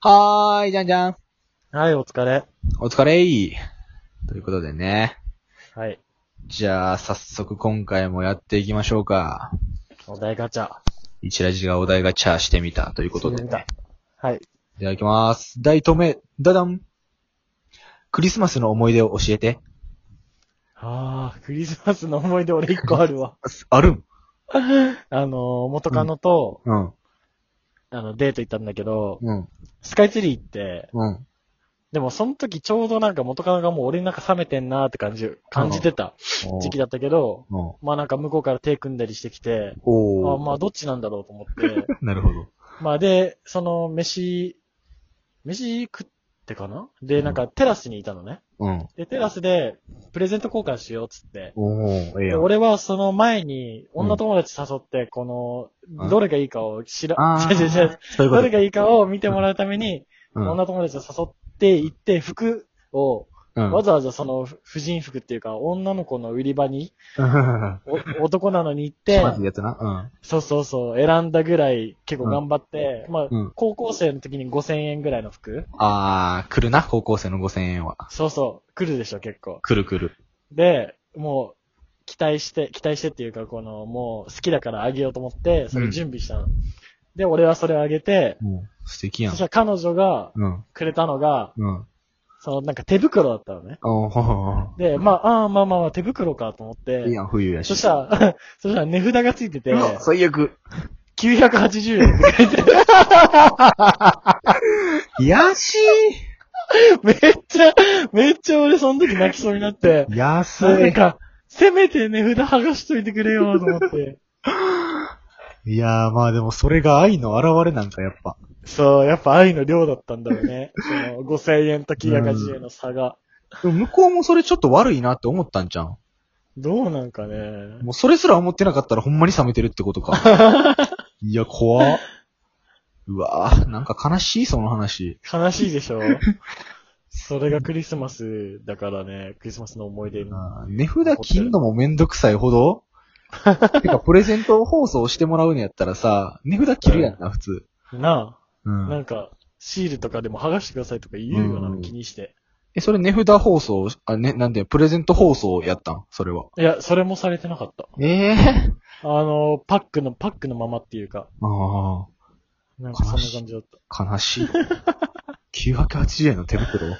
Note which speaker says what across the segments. Speaker 1: はーい、じゃんじゃん。
Speaker 2: はい、お疲れ。
Speaker 1: お疲れー。ということでね。
Speaker 2: はい。
Speaker 1: じゃあ、早速今回もやっていきましょうか。
Speaker 2: お題ガチャ。
Speaker 1: 一ラジがお題ガチャしてみたということで、
Speaker 2: 見た
Speaker 1: ね。。
Speaker 2: はい。
Speaker 1: いただきます。大止め、ダダン。クリスマスの思い出を教えて。
Speaker 2: あー、クリスマスの思い出俺一個あ るわ。
Speaker 1: あるん
Speaker 2: あのー、元カノと、
Speaker 1: うん。
Speaker 2: あの、デート行ったんだけど、
Speaker 1: うん。
Speaker 2: スカイツリー行って、
Speaker 1: うん。
Speaker 2: でもその時ちょうどなんか元カノがもう俺なんか冷めてんなーって感じ、感じてた時期だったけど、
Speaker 1: うん。
Speaker 2: まあなんか向こうから手組んだりしてきて、あ
Speaker 1: おー。
Speaker 2: まあどっちなんだろうと思 って、
Speaker 1: なるほど。
Speaker 2: まあで、その飯、飯食ってかなで、なんかテラスにいたのね。
Speaker 1: うん。
Speaker 2: で、テラスでプレゼント交換しようっつって、
Speaker 1: おー、ええ
Speaker 2: で
Speaker 1: やん。
Speaker 2: 俺はその前に、
Speaker 1: うん
Speaker 2: 女友達誘って、こ
Speaker 1: うん
Speaker 2: の、どれがいいかを知ら、
Speaker 1: あー
Speaker 2: 違う違う違う、
Speaker 1: そういうこ
Speaker 2: ど
Speaker 1: と
Speaker 2: れがいいかを見てもらうために、
Speaker 1: うん
Speaker 2: 女友達を誘って行って、服を、
Speaker 1: うん。
Speaker 2: わざわざその、ふ婦人服っていうか、女の子の売り場に、 お男なのに行っ
Speaker 1: ちょ
Speaker 2: て
Speaker 1: っと、待ってやつな。
Speaker 2: そうそうそう、選んだぐらい結構頑張って、まあ、
Speaker 1: うん
Speaker 2: 高校生の時に5000円ぐらいの服
Speaker 1: うん。あー、来るな、高校生の5000円は。
Speaker 2: そうそう、来るでしょ、結構。
Speaker 1: 来る来る。
Speaker 2: で、もう、期待して、期待してっていうか、この、もう、好きだからあげようと思って、それ準備したの。で、俺はそれをあげて、
Speaker 1: うん。素敵や
Speaker 2: そ
Speaker 1: ん
Speaker 2: し。たら彼女が
Speaker 1: うん。
Speaker 2: くれたのが、
Speaker 1: うん。
Speaker 2: その、なんか手袋だったのね。
Speaker 1: おーほうほうほ
Speaker 2: で、まあ、ああ、まあまあまあ、手袋かと思っ
Speaker 1: う。いい
Speaker 2: て、
Speaker 1: やん、冬やし。
Speaker 2: そした ら、そしたら値札がついてて、
Speaker 1: うわ最悪。
Speaker 2: 980円 って書いてて、
Speaker 1: 安い
Speaker 2: めっちゃ、めっちゃ俺その時泣きそうになって、な
Speaker 1: 安
Speaker 2: んか、せめて値札剥がしといてくれよと思って。
Speaker 1: い。いやー、まあでもそれが愛の表れなんかやっぱ。
Speaker 2: そう、やっぱ愛の量だったんだ よね。その5000円と980円の差が。
Speaker 1: でも向こうもそれちょっと悪いなって思ったんじゃん。
Speaker 2: どうなんかね。
Speaker 1: もうそれすら思ってなかったらほんまに冷めてるってことか。 いや、怖っうわーなんか悲しい、その話。
Speaker 2: 悲しいでしょそれがクリスマスだからね、クリスマスの思い出に。
Speaker 1: あー値札切んのもめんどくさいほ どてか、プレゼント放送してもらうんやったらさ、値札切るやんな、普通。
Speaker 2: な
Speaker 1: う。
Speaker 2: あ、なんんか、シールとかでも剥がしてくださいとか言うよ
Speaker 1: うん
Speaker 2: な、気にして。
Speaker 1: え、それ値札放送、あ、ね、なんで、プレゼント放送やったんそれは。
Speaker 2: いや、それもされてなかった。
Speaker 1: ええ
Speaker 2: あの、パックの、パックのままっていうか、
Speaker 1: あ
Speaker 2: なんかそんな感じだっ
Speaker 1: あ、悲しい。980円の手袋
Speaker 2: た。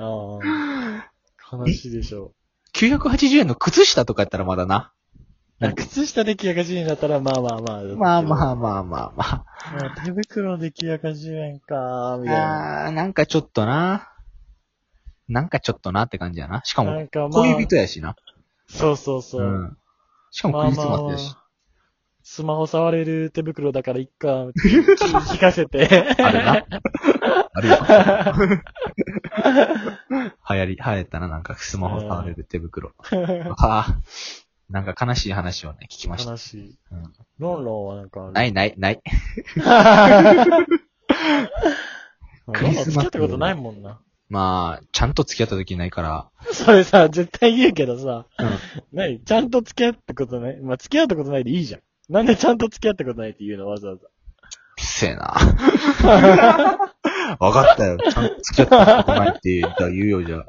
Speaker 2: ああ、悲しいでしょ
Speaker 1: ?980 円の靴下とかやったらまだな。
Speaker 2: う。あ靴下で980円だったら、まあまあまあ。
Speaker 1: まあま
Speaker 2: あ。
Speaker 1: あまあまあ
Speaker 2: 手袋で980円か、み
Speaker 1: ま
Speaker 2: たいな。
Speaker 1: あ。あーなんかちょっとな。なんかちょっとなって感じやな。しか
Speaker 2: な
Speaker 1: も、
Speaker 2: んかまあ、
Speaker 1: 恋人やしな。
Speaker 2: そうそうそう。
Speaker 1: うん。しかもクリスマスやし。
Speaker 2: スマホ触れる手袋だからいっか、って 聞かせて。
Speaker 1: ある な。あるよ。 流行り、流行ったな、なんかスマホ触れる手袋。はあ。なんか悲しい話をね、聞きました。
Speaker 2: 悲しい
Speaker 1: うん。
Speaker 2: ロンロンはなんかある、
Speaker 1: ないないない。ク
Speaker 2: ロ
Speaker 1: リスマ
Speaker 2: ンロン
Speaker 1: ス
Speaker 2: 付き合ったことないもんな。
Speaker 1: まあ、ちゃんと付き合った時ないから。
Speaker 2: それさ、絶対言うけどさ、
Speaker 1: うん
Speaker 2: 何ちゃんと付き合ったことないまあ、付き合ったことないでいいじゃん。なんでちゃんと付き合ったことないって言うのわざわざ。
Speaker 1: うっせえな。 わかったよ。ちゃんと付き合ったことないって言ったら言うよ、じゃあ。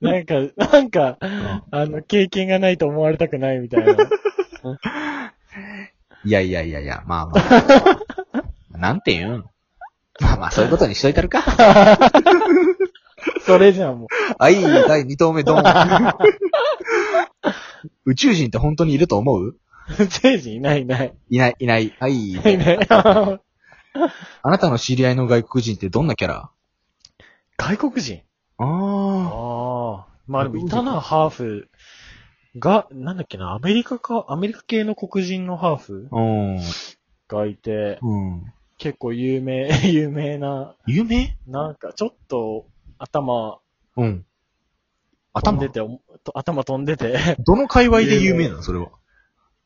Speaker 2: なんか、なんか、
Speaker 1: ん
Speaker 2: あの、経験がないと思われたくないみたいな。
Speaker 1: いやいやいやいや、まあまあ。なんて言うんまあまあ、そういうことにしといたるか。
Speaker 2: それじゃん、もう。
Speaker 1: はい、第2投目、ドン。宇宙人って本当にいると思う
Speaker 2: 宇宙人いないいない。
Speaker 1: いない、いない。 はい。
Speaker 2: いない。
Speaker 1: あなたの知り合いの外国人ってどんなキャラ
Speaker 2: 外国人
Speaker 1: ああ。
Speaker 2: ああ。まあでもいたな、ハーフ。が、なんだっけな、アメリカか、アメリカ系の黒人のハーフ
Speaker 1: うん。
Speaker 2: がいて、
Speaker 1: うん。
Speaker 2: 結構有名、 有名な、
Speaker 1: 有名
Speaker 2: なんかちょっと頭
Speaker 1: うん。
Speaker 2: 飛ん
Speaker 1: 頭
Speaker 2: でて、おと頭飛んでて、
Speaker 1: どの界隈で有名なのそれは。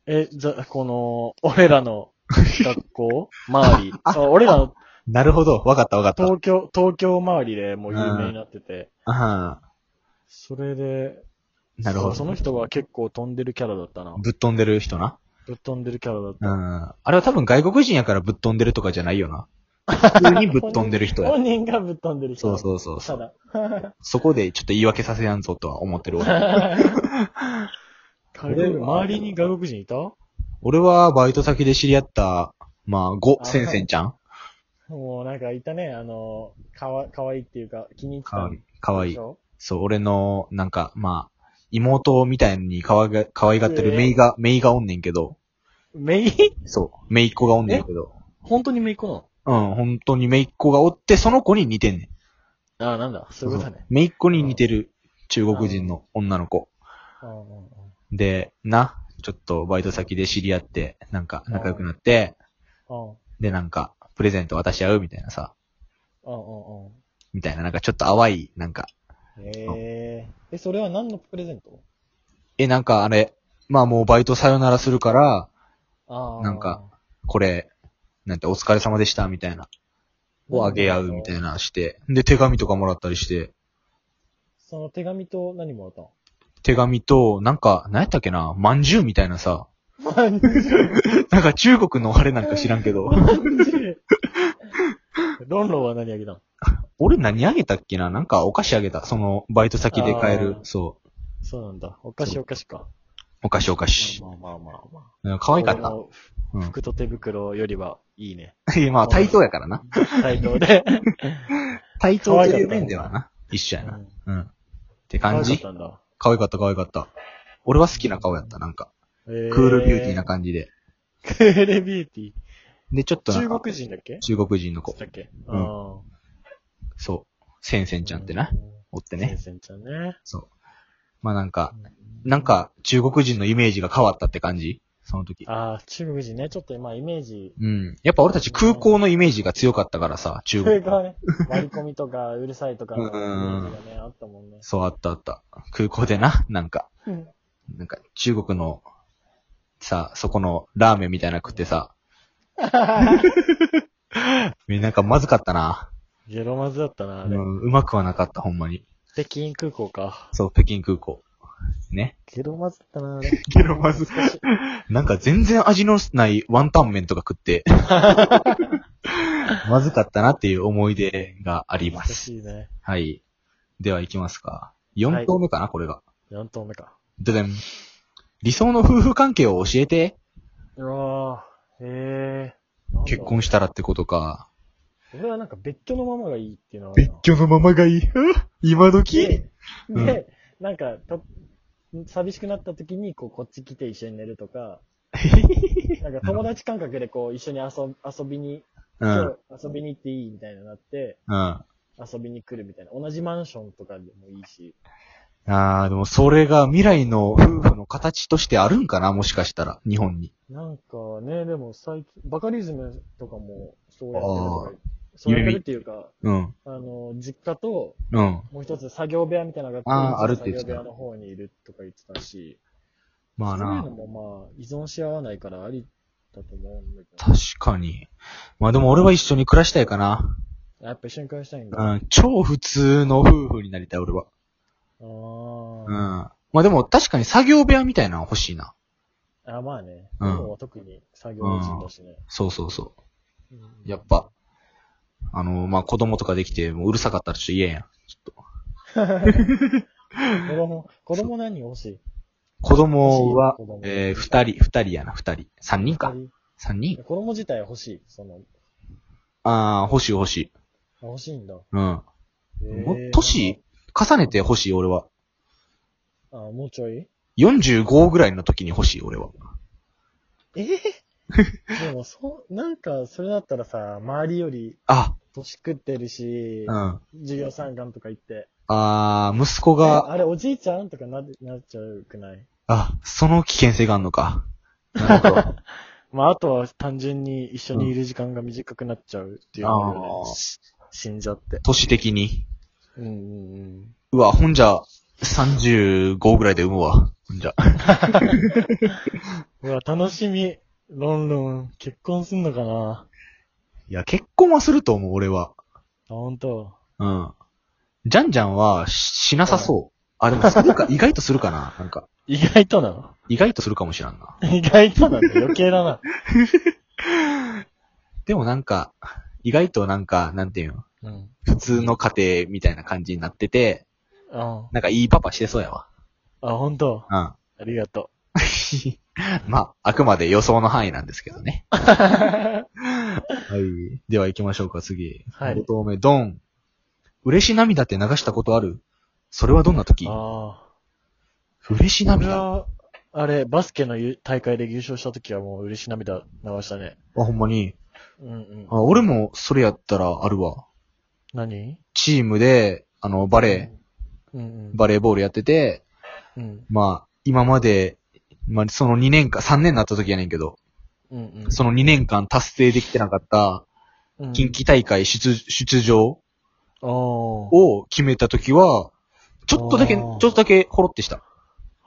Speaker 2: え、ざ、この、俺ら の学校周り。あ俺らの
Speaker 1: なるほど。わかったわかった。
Speaker 2: 東京、東京周りでもう有名になってて、
Speaker 1: ああ。
Speaker 2: それで、
Speaker 1: なるほ
Speaker 2: そうそ
Speaker 1: ど。
Speaker 2: の人は結構飛んでるキャラだったな。
Speaker 1: ぶっ飛んでる人な。
Speaker 2: ぶっ飛んでるキャラだった
Speaker 1: うん。あれは多分外国人やからぶっ飛んでるとかじゃないよな。普通にぶっ飛んでる 人や。
Speaker 2: 本人がぶっ飛んでる人。
Speaker 1: そうそうそうそ
Speaker 2: た
Speaker 1: う。
Speaker 2: だ。
Speaker 1: そこでちょっと言い訳させやんぞとは思ってる俺。
Speaker 2: 外国周りに外国人いたも
Speaker 1: 俺はバイト先で知り合った、まあ、ゴ・センセンちゃん
Speaker 2: うなんかいたね、あの、かわ、かわいいっていうか、気に入って
Speaker 1: か
Speaker 2: た
Speaker 1: わ
Speaker 2: ん
Speaker 1: いい。かわい
Speaker 2: で
Speaker 1: い
Speaker 2: し。ょ。
Speaker 1: そう、俺の、なんか、まあ、妹みたいにかわが、可愛がってるメイが、メイがおんねんけど、
Speaker 2: めい
Speaker 1: そう、メイっ子がおんねんけど、
Speaker 2: 本当にめいっ子なの
Speaker 1: うん、本当にメイっ子がおって、その子に似てんねん。
Speaker 2: ああ、なんだ。そういうこと
Speaker 1: そ
Speaker 2: ね。
Speaker 1: 姪っ子に似てる中国人の女の子。
Speaker 2: うんうんうん
Speaker 1: で、な、ちょっとバイト先で知り合って、なんか仲良くなって、
Speaker 2: うんうん
Speaker 1: で、なんか、プレゼント渡し合うみたいなさ、
Speaker 2: うんうん
Speaker 1: みたいな、なんかちょっと淡い、なんか、
Speaker 2: えー、え、それは何のプレゼント
Speaker 1: え、なんかあれ、まあもうバイトさよならするから、
Speaker 2: ああ。
Speaker 1: なんか、これ、なんてお疲れ様でした、みたいな、をあげ合うみたいなして、で、手紙とかもらったりして、
Speaker 2: その手紙と何もらったの
Speaker 1: 手紙と、なんか、何やったっけな、まんじゅうみたいなさ、
Speaker 2: まんじゅう。
Speaker 1: なんか中国のあれなんか知らんけど、
Speaker 2: まんじゅう。 ロンロンは何あげたの
Speaker 1: 俺何あげたっけななんかお菓子あげた。その、バイト先で買える
Speaker 2: あ。ー
Speaker 1: そう。
Speaker 2: そうなんだ。お菓子お菓子か。
Speaker 1: お菓子お菓子。
Speaker 2: まあまあまあまあ。
Speaker 1: うん可愛かっ
Speaker 2: 俺
Speaker 1: た。
Speaker 2: の
Speaker 1: うん
Speaker 2: 服と手袋よりはいいね。
Speaker 1: いや まあ、対等やからな。
Speaker 2: 対 等で。
Speaker 1: 対等という
Speaker 2: 可愛かった
Speaker 1: 面ではな。一緒やな。
Speaker 2: うん
Speaker 1: うん。って感
Speaker 2: 可愛
Speaker 1: じ
Speaker 2: かったんだ
Speaker 1: 可愛かった可愛かった。俺は好きな顔やった、なんか。
Speaker 2: えー
Speaker 1: クールビューティーな感じで。
Speaker 2: クールビューティー。
Speaker 1: で、ちょっとなんか
Speaker 2: 中国人だっけ
Speaker 1: 中国人の子。
Speaker 2: だっけ
Speaker 1: うんそう。センセンちゃんってな。。おって
Speaker 2: うん
Speaker 1: ね。
Speaker 2: 先生ちゃんね。
Speaker 1: そう。まあなんか、なんか中国人のイメージが変わったって感じその時。
Speaker 2: ああ、中国人ね。ちょっとまあイメージ。
Speaker 1: うん。やっぱ俺たち空港のイメージが強かったからさ、中
Speaker 2: それ
Speaker 1: 国。
Speaker 2: がね、割り込みとかうるさいとかのイメージがね、あったもんね。
Speaker 1: そう、あったあった。空港でな、 なんか、
Speaker 2: うん
Speaker 1: なんか中国の、さ、そこのラーメンみたいなの食ってさ、えなんかまずかったな。
Speaker 2: ゲロまずだったな、あ
Speaker 1: う
Speaker 2: れ。
Speaker 1: ん、うまくはなかった、ほんまに。
Speaker 2: 北京空港か。
Speaker 1: そう、北京空港。ね。
Speaker 2: ゲロまずだったな、あれ。
Speaker 1: ゲロまず
Speaker 2: 懐かしい
Speaker 1: なんか全然味のないワンタン麺とか食って、 まずかったなっていう思い出がありま
Speaker 2: 懐か
Speaker 1: す。
Speaker 2: しいね。
Speaker 1: はい。では行きますか。4投目かな、これが。
Speaker 2: 4頭目か。
Speaker 1: ででん。理想の夫婦関係を教えて。
Speaker 2: うわーへえ。
Speaker 1: 結婚したらってことか。
Speaker 2: 俺はなんか別居のままがいいっていうのは。
Speaker 1: 居のままがいい。今
Speaker 2: で、
Speaker 1: うん
Speaker 2: で、なんか、た寂しくなった時に、こう、こっち来て一緒に寝る とか、なんか友達感覚でこう、一緒に遊遊びに、
Speaker 1: う
Speaker 2: 今
Speaker 1: ん。
Speaker 2: 日遊びに行っていいみたいななって、
Speaker 1: うん。あ
Speaker 2: 遊びに来るみたいな。同じマンションとかでもいいし。
Speaker 1: あー、でもそれが未来の夫婦の形としてあるんかなもしかしたら、日本に。
Speaker 2: なんかね、でも最近、バカリズムとかもそうやってると
Speaker 1: あ
Speaker 2: か、そうやってるっていうか、
Speaker 1: うん。
Speaker 2: あの、実家と、
Speaker 1: うん。
Speaker 2: もう一つ作業部屋みたいなのがって
Speaker 1: あーあるって言って
Speaker 2: 作
Speaker 1: た
Speaker 2: 業部屋の方にいるとか言ってたし、
Speaker 1: まあ
Speaker 2: そういうの
Speaker 1: な。
Speaker 2: もまあ、依存し合わないからありだと思うんだけ
Speaker 1: 確かに。まあでも俺は一緒に暮らしたいかな。
Speaker 2: ど。やっぱ一緒に暮らしたいんだ。あ
Speaker 1: うん。超普通の夫婦になりたい、俺は。うん。
Speaker 2: ー
Speaker 1: まあでも確かに作業部屋みたいなの欲しいな。
Speaker 2: あ、まあね。
Speaker 1: うん
Speaker 2: 今は特に作業人だしね。
Speaker 1: そうそうそう。
Speaker 2: うん
Speaker 1: やっぱ、あの、まあ、子供とかできて、もううるさかったらちょっと嫌やん。ちょっと。
Speaker 2: 子供、子供何欲しい
Speaker 1: 子供は
Speaker 2: 欲しい子供、
Speaker 1: えー、二人、二人やな、二人。三人か。
Speaker 2: 二
Speaker 1: 三
Speaker 2: 人
Speaker 1: 人
Speaker 2: 子供自体欲しい。その、
Speaker 1: ああ、欲しい欲しい。
Speaker 2: あ欲しいんだ。
Speaker 1: うん。
Speaker 2: えー
Speaker 1: も年重ねて欲しい、俺は。
Speaker 2: あ、もうちょい
Speaker 1: 45ぐらいの時に欲しい、俺は。
Speaker 2: ええでも、そう、なんか、それだったらさ、周りより
Speaker 1: あ、
Speaker 2: 年食ってるし
Speaker 1: うん。、あ
Speaker 2: 授業参観とか行って、
Speaker 1: あ、息子
Speaker 2: あ
Speaker 1: が、
Speaker 2: あれおじいちゃんとかな、なっちゃうくない
Speaker 1: あ、その危険性があるのか。なるほど。
Speaker 2: まあ、あとは単純に一緒にいる時間が短くなっちゃうっていうの
Speaker 1: あ
Speaker 2: よね
Speaker 1: ー
Speaker 2: し死んじゃって。
Speaker 1: 都市的に。
Speaker 2: うんうんうん。
Speaker 1: うわ、ほんじゃ、35ぐらいで産むわ。ほんじゃ。
Speaker 2: うわ、楽しみ。ロンロン、結婚すんのかない
Speaker 1: や、結婚はすると思う、俺は。
Speaker 2: あ、ほんと。
Speaker 1: うん。ジャンジャンはししなさそう。あ、でもするか、意外とするかななんか、
Speaker 2: 意外とな
Speaker 1: 意外とするかもしらんな。
Speaker 2: の意外となの余計だな。
Speaker 1: でもなんか、意外となんか、なんていうの、
Speaker 2: うん。
Speaker 1: 普通の家庭みたいな感じになってて、
Speaker 2: うん。あ、
Speaker 1: なんかいいパパしてそうやわ。
Speaker 2: 本当。
Speaker 1: うん。
Speaker 2: ありがと
Speaker 1: まあ、あくまで予想の範囲なんですけどね。
Speaker 2: う。は
Speaker 1: はい。では行きましょうか、次。
Speaker 2: はい
Speaker 1: 5投目、ドン。嬉し涙って流したことあるそれはどんな時
Speaker 2: い。あ
Speaker 1: 嬉し
Speaker 2: あ。俺
Speaker 1: 涙あ、
Speaker 2: は、あれ、バスケのゆ大会で優勝した時はもう嬉し涙流したね。
Speaker 1: ほんまに。
Speaker 2: うんうん。
Speaker 1: あ俺もそれやったらあるわ。
Speaker 2: 何
Speaker 1: チームで、あの、バレ
Speaker 2: うんうん
Speaker 1: ー、。バレーボールやってて、
Speaker 2: うん
Speaker 1: まあ、今まで、まあ、その2年間、3年になった時やねんけど、
Speaker 2: うんうん。
Speaker 1: その2年間達成できてなかった、
Speaker 2: うん
Speaker 1: 近畿大会出、出場
Speaker 2: ああ。
Speaker 1: を決めた時は、ちょっとだけ、ち
Speaker 2: あ
Speaker 1: ょ
Speaker 2: ー
Speaker 1: っとだけほろってした。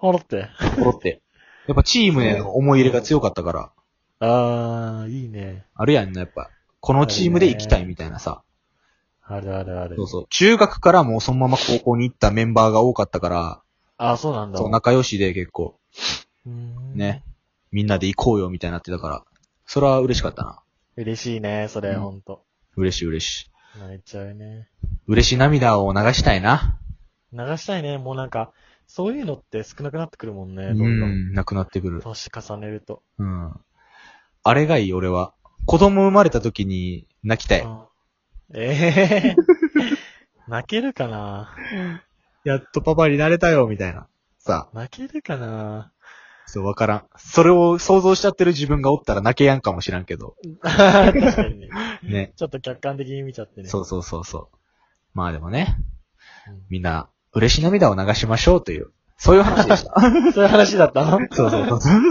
Speaker 2: 払って。
Speaker 1: ほろって。やっぱチームへの思い入れが強かったから、
Speaker 2: ああ、いいね。
Speaker 1: あるやんな、やっぱ。このチームで行きたいみたいなさ。
Speaker 2: あるあるある。
Speaker 1: そうそう。中学からもうそのまま高校に行ったメンバーが多かったから、
Speaker 2: ああ、そうなんだ。
Speaker 1: そう、仲良しで結構、
Speaker 2: うーん
Speaker 1: ね。みんなで行こうよみたいになってたから、それは嬉しかったな。
Speaker 2: 嬉しいね、それ、
Speaker 1: うん
Speaker 2: ほんと。
Speaker 1: 嬉しい嬉しい。
Speaker 2: 泣いちゃうね。
Speaker 1: 嬉しい涙を流したいな。
Speaker 2: 流したいね、もうなんか、そういうのって少なくなってくるもんね、
Speaker 1: う
Speaker 2: どんどん。
Speaker 1: ん、なくなってくる。
Speaker 2: 年重ねると。
Speaker 1: うん。あれがいい、俺は。子供生まれた時に泣きたい。
Speaker 2: うんええ 泣けるかな
Speaker 1: やっとパパになれたよ、みたいな。さあ、
Speaker 2: 泣けるかな
Speaker 1: そう、わからん。それを想像しちゃってる自分がおったら泣けやんかもしらんけど。
Speaker 2: 確かにね。
Speaker 1: ね。
Speaker 2: ちょっと客観的に見ちゃってね。
Speaker 1: そうそうそうそう。まあでもね、
Speaker 2: うん
Speaker 1: みんな、嬉し涙を流しましょうという、そういう話でした。
Speaker 2: そういう話だったの
Speaker 1: そうそうそうそう。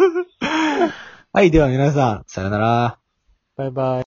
Speaker 1: はい、では皆さん、さよなら。
Speaker 2: バイバイ。